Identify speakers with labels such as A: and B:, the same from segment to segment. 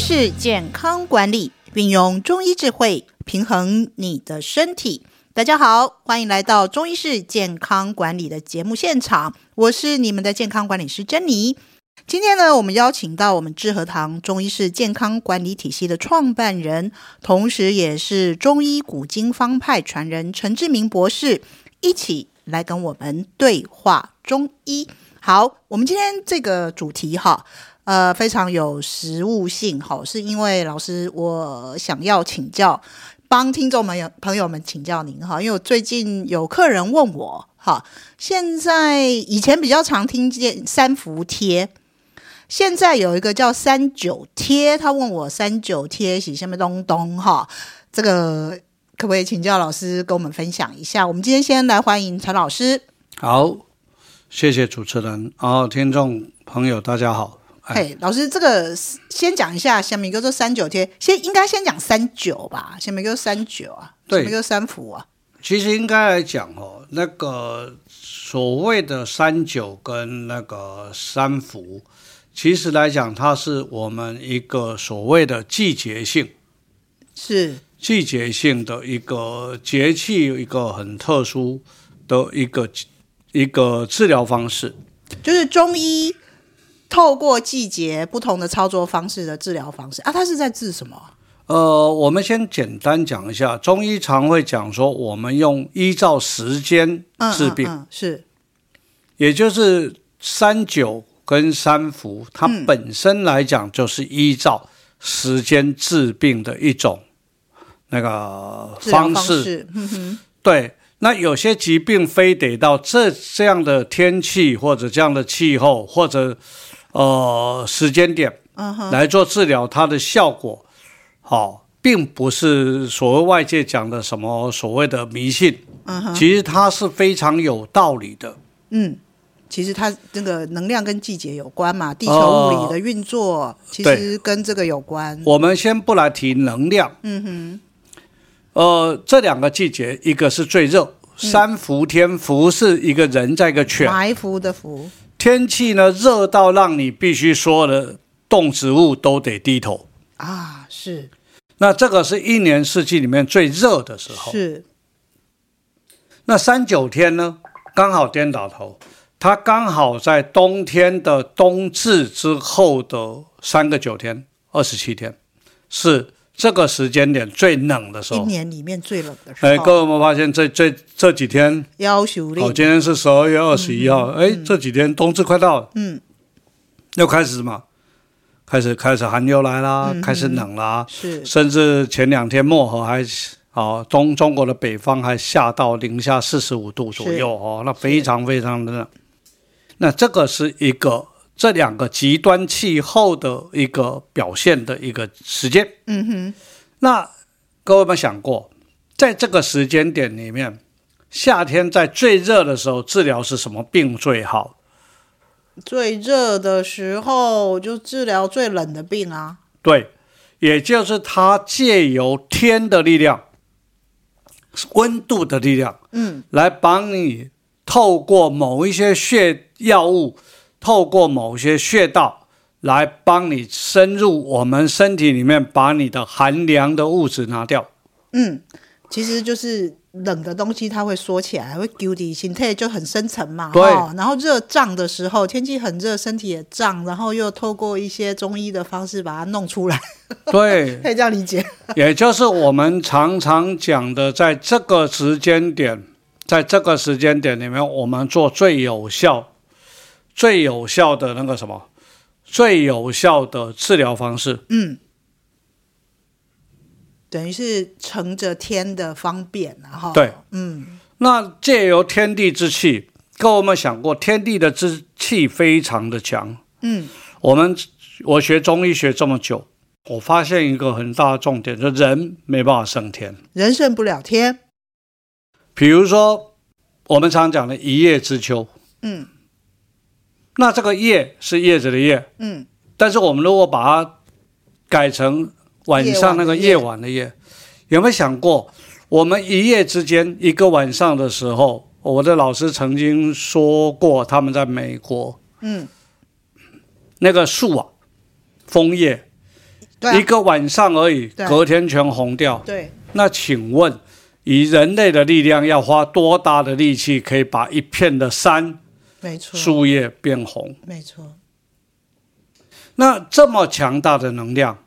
A: 是健康管理，运用中医智慧平衡你的身体。大家好，欢迎来到中医式健康管理的节目现场，我是你们的健康管理师珍妮。今天呢，我们邀请到我们致和堂中医式健康管理体系的创办人，同时也是中医古今方派传人陈志明博士，一起来跟我们对话中医。好，我们今天这个主题哈，呃，非常有实务性哈，是因为老师我想要请教，帮听众们有朋友们请教您哈，因为我最近有客人问我哈，现在以前比较常听见三伏贴。现在有一个叫三九贴，他问我三九贴是什么东东哈，这个可不可以请教老师跟我们分享一下？我们今天先来欢迎陈老师。
B: 好，谢谢主持人，然、后听众朋友大家好。哎，
A: 嘿，老师，这个先讲一下，下面一个做三九贴，先应该先讲三九吧，下面一个三九啊，
B: 对
A: 下面一个三伏啊，
B: 其实应该来讲哦，那个所谓的三九跟那个三伏，其实来讲它是我们一个所谓的季节性。
A: 是
B: 季节性的一个节气，有一个很特殊的一个一个治疗方式。
A: 就是中医透过季节不同的操作方式的治疗方式啊，它是在治什么啊？
B: 呃，我们先简单讲一下，中医常会讲说，我们用依照时间
A: 嗯，
B: 治病，
A: 嗯嗯是
B: 也就是三九跟三伏，它
A: 嗯
B: 本身来讲就是依照时间治病的一种那个
A: 治疗
B: 方式。
A: 式，嗯哼，
B: 对，那有些疾病非得到这这样的天气或者这样的气候或者呃时间点
A: 嗯哼，
B: 来做治疗，它的效果好、并不是所谓外界讲的什么所谓的迷信，
A: 嗯哼，
B: 其实它是非常有道理的。
A: 嗯。其实它这个能量跟季节有关嘛，地球
B: 哦
A: 物理的运作、其实
B: 对
A: 跟这个有关。
B: 我们先不来提能量，嗯哼，呃，这两个季节，一个是最热，三伏天伏是一个人在一个犬，
A: 埋伏的伏，
B: 天气呢热到让你必须所有的动植物都得低头。
A: 啊，是
B: 那这个是一年四季里面最热的时候。
A: 是，
B: 那三九天呢，刚好颠倒头，它刚好在冬天的冬至之后的三个九天，二十七天，是这个时间点最冷的时
A: 一
B: 候。
A: 年里面最冷的时
B: 哦哎，
A: 候。
B: 各位有没有发现这这这几天？
A: 要求
B: 哦，
A: 令，
B: 今天是十二月二十一号，哎、这几天冬至快到了，
A: 嗯，
B: 又开始什么？开始开始寒流来啦，开始冷啦，
A: 是
B: 甚至前两天漠河还哦，东中国的北方还下到零下四十五度左右哦，那非常非常的冷。那这个是一个这两个极端气候的一个表现的一个时间。
A: 嗯哼，
B: 那各位有没有想过，在这个时间点里面，夏天在最热的时候治疗是什么病最好？
A: 最热的时候就治疗最冷的病啊，
B: 对，也就是它借由天的力量、温度的力量，
A: 嗯，
B: 来帮你透过某一些穴药物，透过某些穴道来帮你深入我们身体里面，把你的寒凉的物质拿掉。
A: 嗯，其实就是冷的东西它会缩起来，会丢底，形态就很深层嘛，
B: 对
A: 哦然后热胀的时候，天气很热，身体也胀，然后又透过一些中医的方式把它弄 出来，
B: 对，
A: 可以这样理解，
B: 也就是我们常常讲的，在这个时间点，在这个时间点里面，我们做最有效、最有效的那个什么，最有效的治疗方式。
A: 嗯。等于是乘着天的方便啊，然后
B: 对，
A: 嗯，
B: 那借由天地之气，各位有没有想过，天地的之气非常的强？
A: 嗯，
B: 我们我学中医学这么久，我发现一个很大的重点，就人没办法胜天。
A: 人胜不了天，
B: 比如说，我们常讲的一叶知秋，
A: 嗯
B: 那这个叶是叶子的叶，
A: 嗯，
B: 但是我们如果把它改成晚上那个夜晚的夜，有没有想过，我们一夜之间一个晚上的时候，我的老师曾经说过，他们在美国，
A: 嗯，
B: 那个树啊，枫叶
A: 对啊
B: 一个晚上而已，
A: 对
B: 隔天全红掉。
A: 对，
B: 那请问，以人类的力量，要花多大的力气可以把一片的山
A: 没错，
B: 树叶变红？
A: 没错，
B: 那这么强大的能量，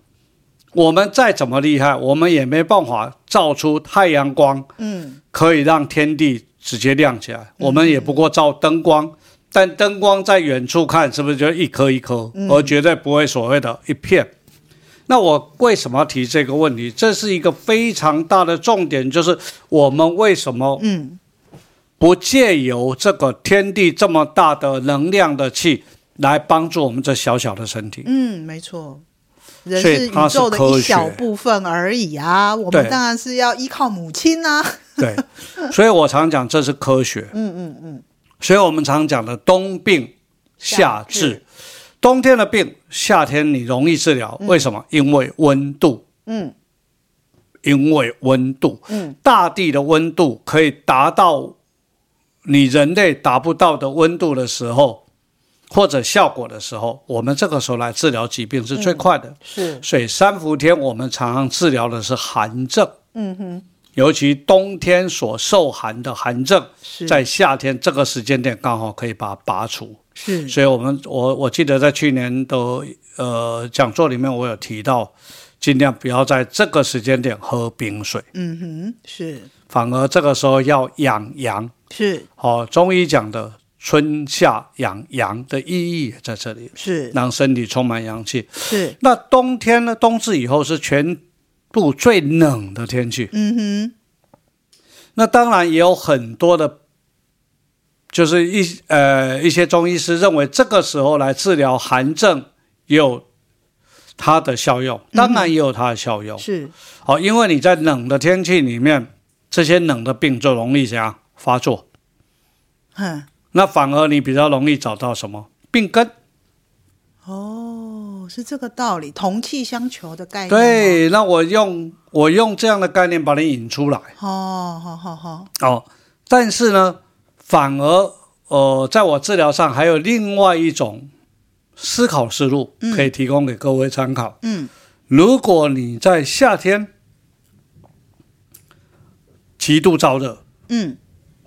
B: 我们再怎么厉害，我们也没办法照出太阳光，
A: 嗯，
B: 可以让天地直接亮起来。我们也不过照灯光，但灯光在远处看，是不是就一颗一颗，而绝对不会所谓的一片？那我为什么要提这个问题？这是一个非常大的重点，就是我们为什么
A: 嗯，
B: 不借由这个天地这么大的能量的气来帮助我们这小小的身体？
A: 嗯，没错。人
B: 所以
A: 是宇
B: 它是
A: 宙的
B: 科
A: 一
B: 学
A: 小部分而已啊，我们
B: 对
A: 当然是要依靠母亲啊。
B: 对，所以我常讲这是科学。嗯嗯嗯。所以我们常讲的冬病夏
A: 夏
B: 治
A: 治，
B: 冬天的病，夏天你容易治疗，为什么？因为温度。
A: 嗯。
B: 因为温度，
A: 嗯，
B: 大地的温度可以达到你人类达不到的温度的时候，或者效果的时候，我们这个时候来治疗疾病是最快的。
A: 是，
B: 所以三伏天我们常常治疗的是寒症，
A: 嗯哼，
B: 尤其冬天所受寒的寒症，
A: 是
B: 在夏天这个时间点刚好可以把它拔除。
A: 是
B: 所以我们我我记得在去年的呃讲座里面，我有提到，尽量不要在这个时间点喝冰水，
A: 嗯哼，是
B: 反而这个时候要养阳。
A: 是
B: 哦，中医讲的春夏养阳的意义也在这里，
A: 是
B: 让身体充满阳气。
A: 是，
B: 那冬天呢？冬至以后是全部最冷的天气。
A: 嗯哼，
B: 那当然也有很多的，就是一呃一些中医师认为这个时候来治疗寒症也有它的效用，当然也有它的效用。
A: 是
B: 好、因为你在冷的天气里面，这些冷的病就容易怎样发作？
A: 哼，
B: 那反而你比较容易找到什么病根？
A: 哦，是这个道理，同气相求的概念。，
B: 对，那我用我用这样的概念把你引出来。
A: 哦，好好好，
B: 哦，但是呢，反而呃，在我治疗上还有另外一种思考思路可以提供给各位参考。
A: 嗯，
B: 如果你在夏天极度燥热，
A: 嗯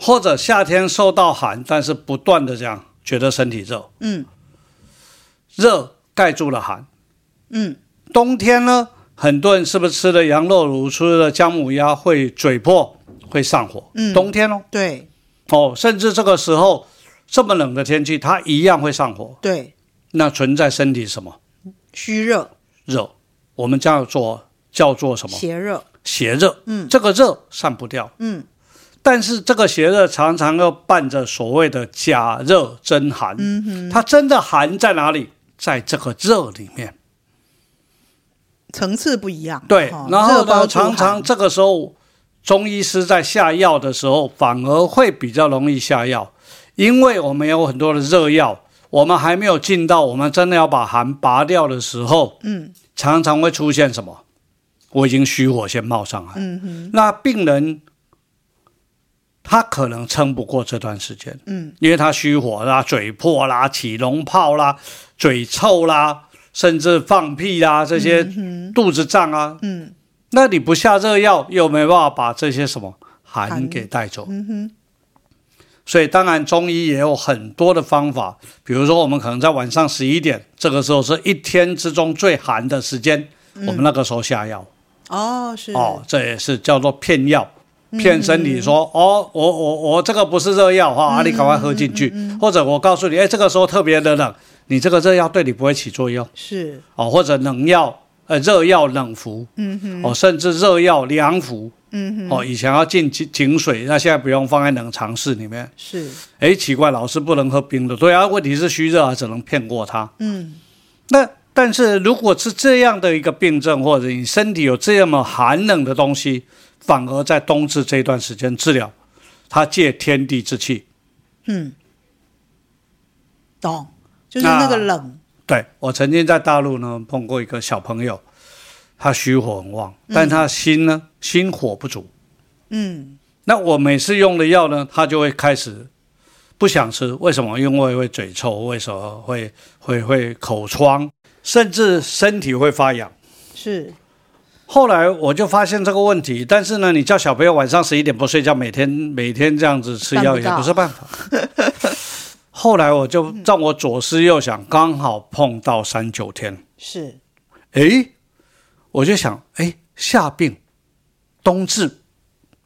B: 或者夏天受到寒，但是不断的这样觉得身体热，
A: 嗯
B: 热盖住了寒。
A: 嗯，
B: 冬天呢，很多人是不是吃了羊肉炉、吃了姜母鸭会嘴破、会上火？
A: 嗯
B: 冬天哦。
A: 对
B: 哦，甚至这个时候这么冷的天气，它一样会上火。
A: 对，
B: 那存在身体什么
A: 虚热、
B: 热？我们叫做叫做什么
A: 邪热，
B: 邪热？
A: 嗯
B: 这个热散不掉，
A: 嗯
B: 但是这个邪热常常要伴着所谓的假热真寒。
A: 嗯哼，
B: 它真的寒在哪里？在这个热里面。
A: 层次不一样。
B: 对，
A: 哦
B: 然后
A: 热包
B: 呢，
A: 住
B: 常常
A: 寒
B: 这个时候，中医师在下药的时候，反而会比较容易下药，因为我们有很多的热药，我们还没有进到我们真的要把寒拔掉的时候，
A: 嗯
B: 常常会出现什么？我已经虚火先冒上来，
A: 嗯哼
B: 那病人他可能撑不过这段时间，
A: 嗯，
B: 因为他虚火啦、嘴破啦、起脓泡啦、嘴臭啦，甚至放屁啦这些肚子胀啊，
A: 嗯
B: 那你不下热药，又没办法把这些什么
A: 寒
B: 寒给带走。
A: 嗯哼
B: 所以当然中医也有很多的方法，比如说我们可能在晚上十一点，这个时候是一天之中最寒的时间，我们那个时候下药、
A: 哦是
B: 哦，这也是叫做骗药。骗身体说、哦，我我我这个不是热药哈、啊，你赶快喝进去，或者我告诉你，哎，这个时候特别的冷，你这个热药对你不会起作用
A: 是
B: 哦，或者冷药呃热药冷服，
A: 嗯哼
B: 哦，甚至热药凉服，
A: 嗯哼
B: 哦，以前要进井井水，那现在不用放在冷藏室里面。
A: 是
B: 哎，奇怪，老师不能喝冰的，对啊，问题是虚热啊，只能骗过他。
A: 嗯
B: 那但是如果是这样的一个病症，或者你身体有这么寒冷的东西，反而在冬至这段时间治疗，它借天地之气，
A: 嗯，懂，就是那个
B: 那
A: 冷，
B: 对我曾经在大陆呢碰过一个小朋友，他虚火很旺，但他心呢、心火不足。
A: 嗯
B: 那我每次用的药呢，他就会开始不想吃，为什么？因为会嘴臭，为什么会会会口疮，甚至身体会发痒。
A: 是
B: 后来我就发现这个问题，但是呢，你叫小朋友晚上十一点不睡觉，每天每天这样子吃
A: 办
B: 药
A: 不
B: 也
A: 到
B: 不是办法。 后来我就让我左思右想，刚好碰到三九天，
A: 是，
B: 诶，我就想，诶，夏病冬治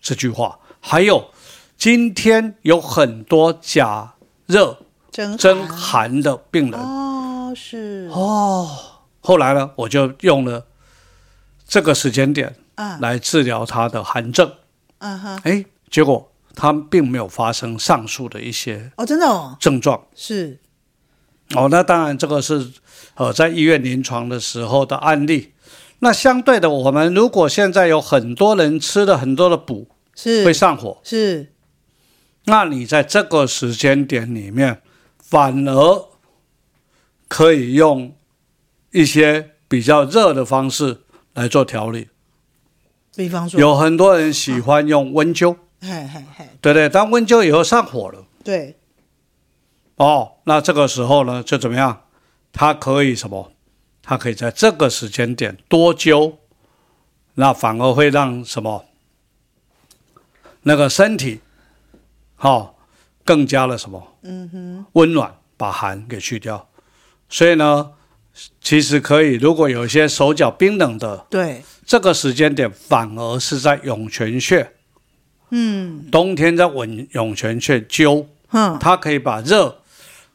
B: 这句话，还有今天有很多假热
A: 真
B: 真
A: 寒
B: 寒的病人，
A: 哦，
B: 哦
A: 是
B: 后来呢，我就用了这个时间点
A: 嗯
B: 来治疗他的寒症。
A: 嗯哼，
B: 哎，结果他并没有发生上述的一些
A: 哦，真的哦，
B: 症状。
A: 是
B: 哦，那当然，这个是呃在医院临床的时候的案例。那相对的，我们如果现在有很多人吃了很多的补
A: 是
B: 会上火，
A: 是，
B: 那你在这个时间点里面，反而可以用一些比较热的方式来做调理。
A: 比方说，
B: 有很多人喜欢用温灸，
A: 嘿嘿嘿，
B: 对不对？当温灸以后上火了，
A: 对，
B: 哦，那这个时候呢，就怎么样？它可以什么？它可以在这个时间点多灸，那反而会让什么？那个身体，好、更加的什么？嗯哼，温暖，把寒给去掉。所以呢，其实可以，如果有一些手脚冰冷的，
A: 对，
B: 这个时间点反而是在涌泉穴，
A: 嗯
B: 冬天在涌涌泉穴灸，
A: 哼，
B: 它可以把热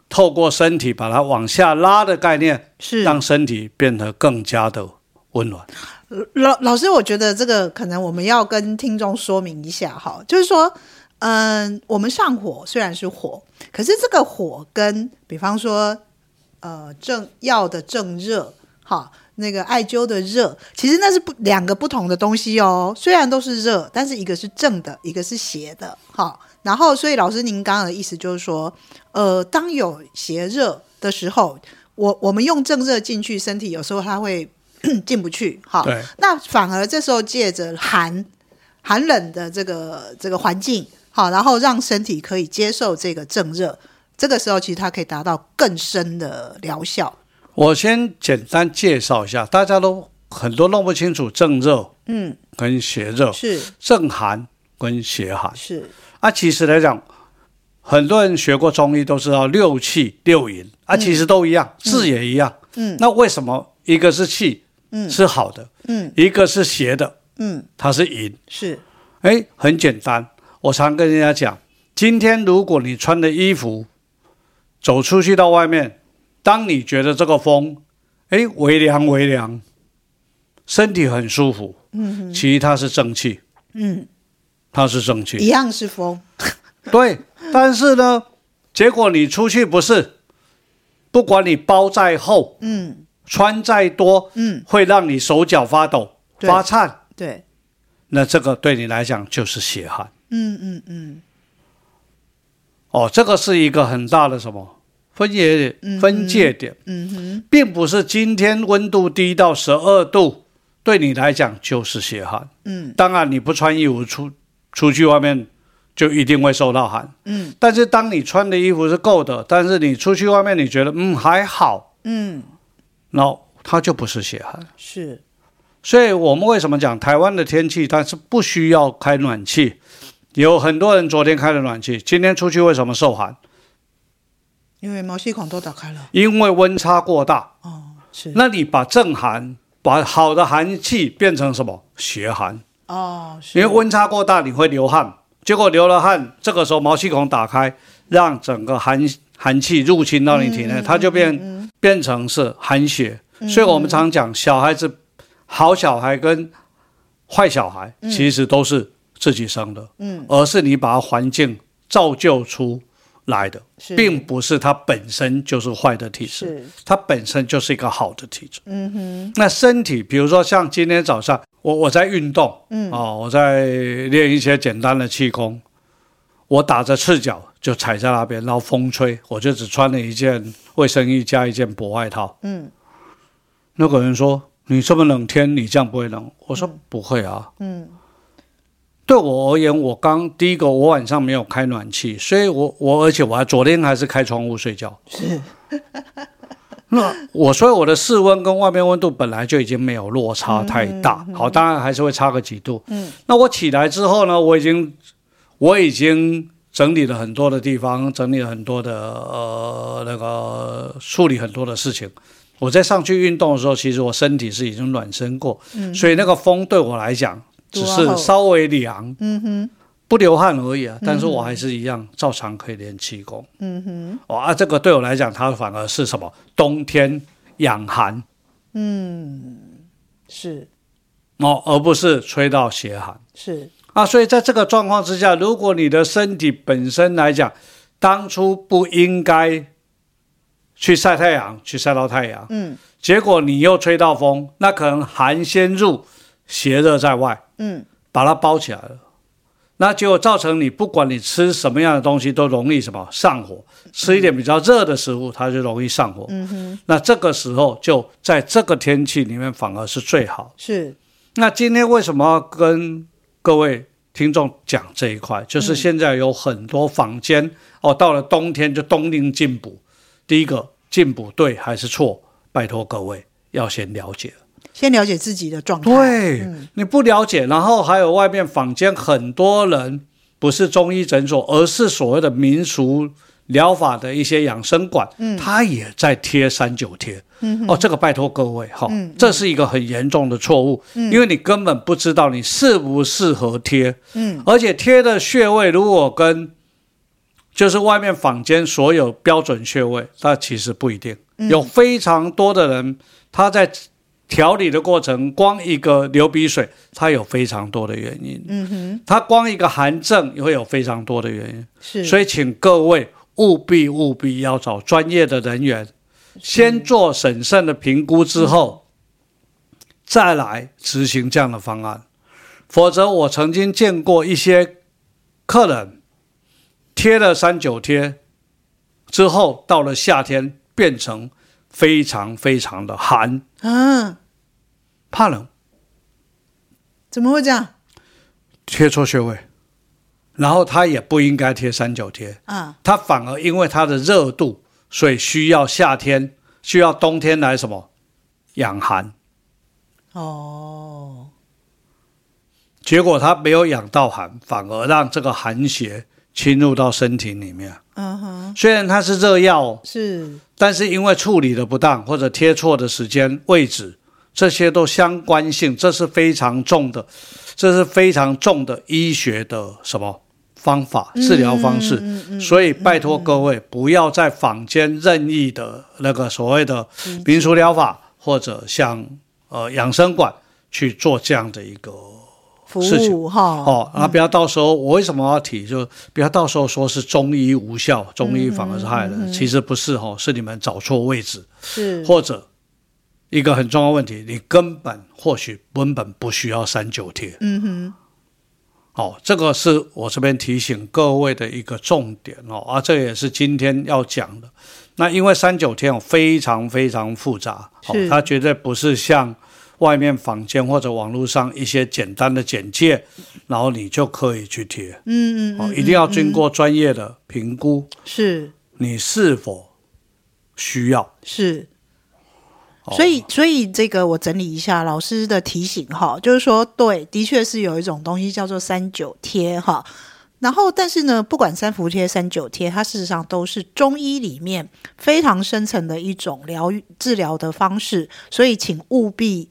B: 透过身体把它往下拉的概念，
A: 是
B: 让身体变得更加的温暖。
A: 老老师，我觉得这个可能我们要跟听众说明一下哈，就是说，嗯，我们上火虽然是火，可是这个火跟比方说，呃，正药的正热，哈，那个艾灸的热，其实那是不两个不同的东西哦。虽然都是热，但是一个是正的，一个是邪的，哈。然后，所以老师您刚刚的意思就是说，呃，当有邪热的时候，我我们用正热进去，身体有时候它会 进不去，哈。
B: 对
A: 那反而这时候借着寒寒冷的这个这个环境，好，然后让身体可以接受这个正热，这个时候其实它可以达到更深的疗效。
B: 我先简单介绍一下，大家都很多弄不清楚正热
A: 嗯，
B: 跟邪热，
A: 是
B: 正寒跟邪寒。
A: 是，
B: 啊，其实来讲，很多人学过中医都知道六气六淫啊，其实都一样，字也一样。
A: 嗯，
B: 那为什么一个是气，嗯，是好的，
A: 嗯，
B: 一个是邪的，
A: 嗯，
B: 它是淫？
A: 是
B: 哎，很简单，我常跟人家讲，今天如果你穿的衣服走出去到外面，当你觉得这个风，哎，微凉微凉，身体很舒服，嗯，其实它是正气，
A: 嗯，
B: 它是正气，
A: 一样是风，
B: 对，但是呢，结果你出去不是，不管你包再厚，
A: 嗯，
B: 穿再多，
A: 嗯，
B: 会让你手脚发抖、
A: 对
B: 发颤，
A: 对，
B: 那这个对你来讲就是血汗
A: 嗯嗯嗯，
B: 哦，这个是一个很大的什么分野分界点，
A: 嗯哼，
B: 并不是今天温度低到十二度，对你来讲就是血汗。
A: 嗯，
B: 当然你不穿衣服出出去外面，就一定会受到寒。
A: 嗯，
B: 但是当你穿的衣服是够的，但是你出去外面你觉得嗯还好，
A: 嗯，
B: 那它就不是血汗。
A: 是
B: 所以我们为什么讲台湾的天气，它是不需要开暖气。有很多人昨天开了暖气，今天出去为什么受寒？
A: 因为毛细孔都打开了，
B: 因为温差过大。
A: 哦，是，
B: 那你把正寒，把好的寒气变成什么？邪寒。
A: 哦，是，
B: 因为温差过大，你会流汗，结果流了汗，这个时候毛细孔打开，让整个寒寒气入侵到你体
A: 嗯
B: 内，它就变、变成是寒血。所以我们常讲，小孩子好小孩跟坏小孩，
A: 嗯
B: 其实都是自己生的，嗯，而是你把环境造就出来的，
A: 嗯是
B: 并不是它本身就是坏的体质。
A: 是，
B: 它本身就是一个好的体质。
A: 嗯哼，
B: 那身体，比如说像今天早上，我我在运动，嗯，哦，我在练一些简单的气功，我打着赤脚就踩在那边，然后风吹，我就只穿了一件卫生衣加一件薄外套。
A: 嗯
B: 那个人说：“你这么冷天，你这样不会冷？”我说：“不会啊。
A: 嗯，
B: 对我而言，我刚第一个，我晚上没有开暖气，所以我我而且我还昨天还是开窗户睡觉，
A: 是，
B: 那我所以我的室温跟外面温度本来就已经没有落差太大，好，当然还是会差个几度。嗯，那我起来之后呢，我已经我已经整理了很多的地方，整理了很多的呃那个处理很多的事情。我在上去运动的时候，其实我身体是已经暖身过，所以那个风对我来讲只
A: 多
B: 是
A: 好
B: 稍微凉，
A: 嗯哼，
B: 不流汗而已啊，但是我还是一样照常可以练气功。嗯哼，哦啊，这个对我来讲，它反而是什么？冬天养寒
A: 是
B: 哦，而不是吹到邪寒
A: 是，
B: 啊。所以在这个状况之下，如果你的身体本身来讲，当初不应该去晒太阳，去晒到太阳，
A: 嗯
B: 结果你又吹到风，那可能寒先入，邪热在外，
A: 嗯
B: 把它包起来了。那结果造成你不管你吃什么样的东西都容易什么上火，吃一点比较热的食物它就容易上火。
A: 嗯哼，
B: 那这个时候就在这个天气里面反而是最好。
A: 是
B: 那今天为什么要跟各位听众讲这一块？就是现在有很多坊间、哦，到了冬天就冬令进补，第一个进补对还是错？拜托各位要先了解。
A: 先了解自己的状态，嗯
B: 对，你不了解，然后还有外面坊间很多人不是中医诊所，而是所谓的民俗疗法的一些养生馆，
A: 嗯
B: 他也在贴三九贴。哦，这个拜托各位哈，
A: 嗯
B: 这是一个很严重的错误，因为你根本不知道你适不适合贴，
A: 嗯，
B: 而且贴的穴位如果跟就是外面坊间所有标准穴位，那其实不一定，有非常多的人他在调理的过程，光一个流鼻水，它有非常多的原因。
A: 嗯哼，
B: 它光一个寒症也会有非常多的原
A: 是，
B: 因，所以请各位务必务必要找专业的人员，先做审慎的评估之后，再来执行这样的方案。否则，我曾经见过一些客人贴了三九贴之后，到了夏天变成非常非常的寒，
A: 啊，
B: 怕冷。
A: 怎么会这样
B: 贴错穴位，然后他也不应该贴三九贴，
A: 啊？
B: 他反而因为它的热度，所以需要夏天需要冬天来什么养寒，
A: 哦，
B: 结果他没有养到寒，反而让这个寒邪侵入到身体里面。
A: 嗯哼，
B: 虽然它是热药哦，
A: 是
B: 但是因为处理的不当或者贴错的时间、位置，这些都相关性，这是非常重的，这是非常重的医学的什么方法、治疗方式。
A: 嗯嗯嗯嗯
B: 所以拜托各位，不要在坊间任意的那个所谓的民俗疗法或者像呃养生馆去做这样的一个
A: 服
B: 事情
A: 务哈，
B: 哦，啊，不要到时候我为什么要提，就不要到时候说是中医无效，中医反而是害
A: 嗯
B: 人，其实不是哦，是你们找错位置，
A: 是
B: 或者一个很重要的问题，你根本或许根本不需要三九贴。
A: 嗯哼，
B: 哦，这个是我这边提醒各位的一个重点哦，啊，这也是今天要讲的。那因为三九天哦非常非常复杂，哦
A: 是，
B: 它绝对不是像外面坊间或者网络上一些简单的简介，然后你就可以去贴，
A: 嗯嗯
B: 哦，一定要经过专业的评估，
A: 是
B: 你是否需要。
A: 是。
B: 哦
A: 所以，所以这个我整理一下老师的提醒哈，就是说，对，的确是有一种东西叫做三九贴哈。然后，但是呢，不管三伏贴、三九贴，它事实上都是中医里面非常深层的一种疗愈治疗的方式，所以请务必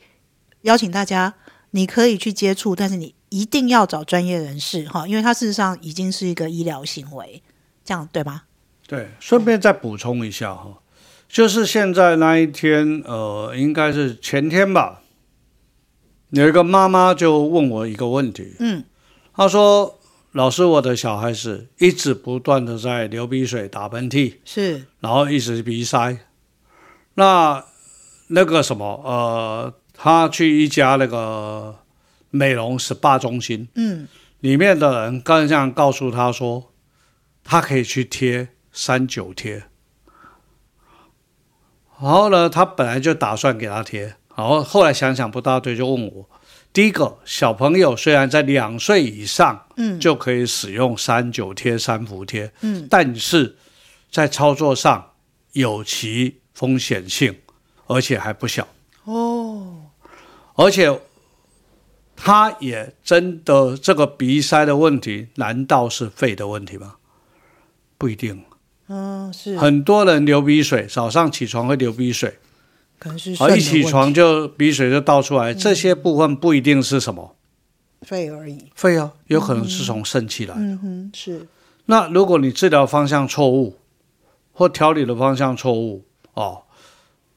A: 邀请大家，你可以去接触，但是你一定要找专业人士哈，因为它事实上已经是一个医疗行为，这样对吗？
B: 对，顺便再补充一下哈，就是现在那一天，呃，应该是前天吧，有一个妈妈就问我一个问题，
A: 嗯，
B: 她说：“老师，我的小孩子一直不断的在流鼻水、打喷嚏，
A: 是
B: 然后一直鼻塞，那那个什么，呃，他去一家那个美容 SPA 中心，
A: 嗯，
B: 里面的人刚这样告诉他说，他可以去贴三九贴。然后呢，他本来就打算给他贴，然后后来想想不大对，就问我。第一个，小朋友虽然在两岁以上，嗯，就可以使用三九贴、三伏贴，嗯，但是在操作上有其风险性，而且还不小，
A: 哦，
B: 而且它也真的这个鼻塞的问题，难道是肺的问题吗？不一定，
A: 嗯，是，
B: 很多人流鼻水，早上起床会流鼻水，
A: 可能是
B: 好，
A: 肾的
B: 一起
A: 问
B: 床
A: 题嗯
B: 就鼻水就倒出来，这些部分不一定是什么
A: 肺而已。
B: 肺啊，有可能是从肾起来。
A: 嗯哼，是
B: 那如果你治疗方向错误，或调理的方向错误哦，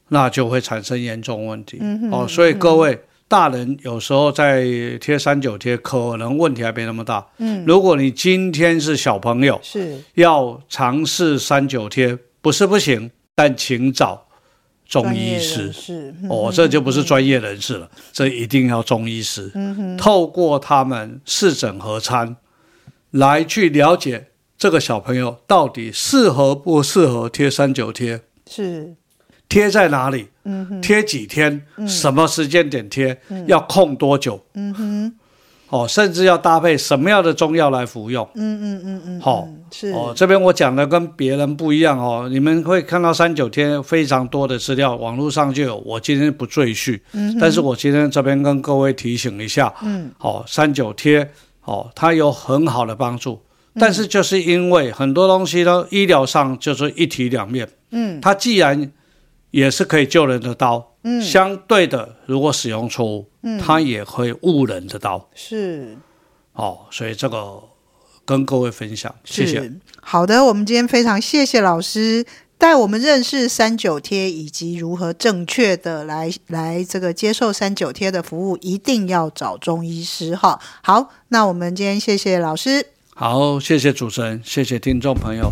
B: 那就会产生严重问题、
A: 嗯
B: 哦。所以各位。大人有时候在贴三九贴，可能问题还没那么大。嗯，如果你今天是小朋友，
A: 是，
B: 要尝试三九贴，不是不行，但请找中
A: 专业
B: 医
A: 人
B: 师。
A: 士嗯
B: 哦，这就不是专业人士了，这一定要中医师，
A: 嗯
B: 透过他们四诊合参，来去了解这个小朋友到底适合不适合贴三九贴，
A: 是嗯
B: 贴在哪里，贴几天，什么时间点贴，要空多久，
A: 嗯
B: 哦，甚至要搭配什么样的中药来服用，嗯嗯嗯嗯，好、
A: 嗯是
B: 哦，这边我讲的跟别人不一样哦，你们会看到三九天非常多的资料，网络上就有。我今天不赘叙，但是我今天这边跟各位提醒一下，嗯，哦，三九贴，哦，它有很好的帮助，但是就是因为很多东西呢，医疗上就是一体两面，嗯，它既然也是可以救人的刀，嗯，相对的，如果使用错误，嗯，它也会误人的刀，
A: 是
B: 哦，所以这个跟各位分享，谢谢。
A: 是。好的，我们今天非常谢谢老师带我们认识三九贴以及如何正确的来来这个接受三九贴的服务，一定要找中医师哈。好，那我们今天谢谢老师。
B: 好，谢谢主持人，谢谢听众朋友，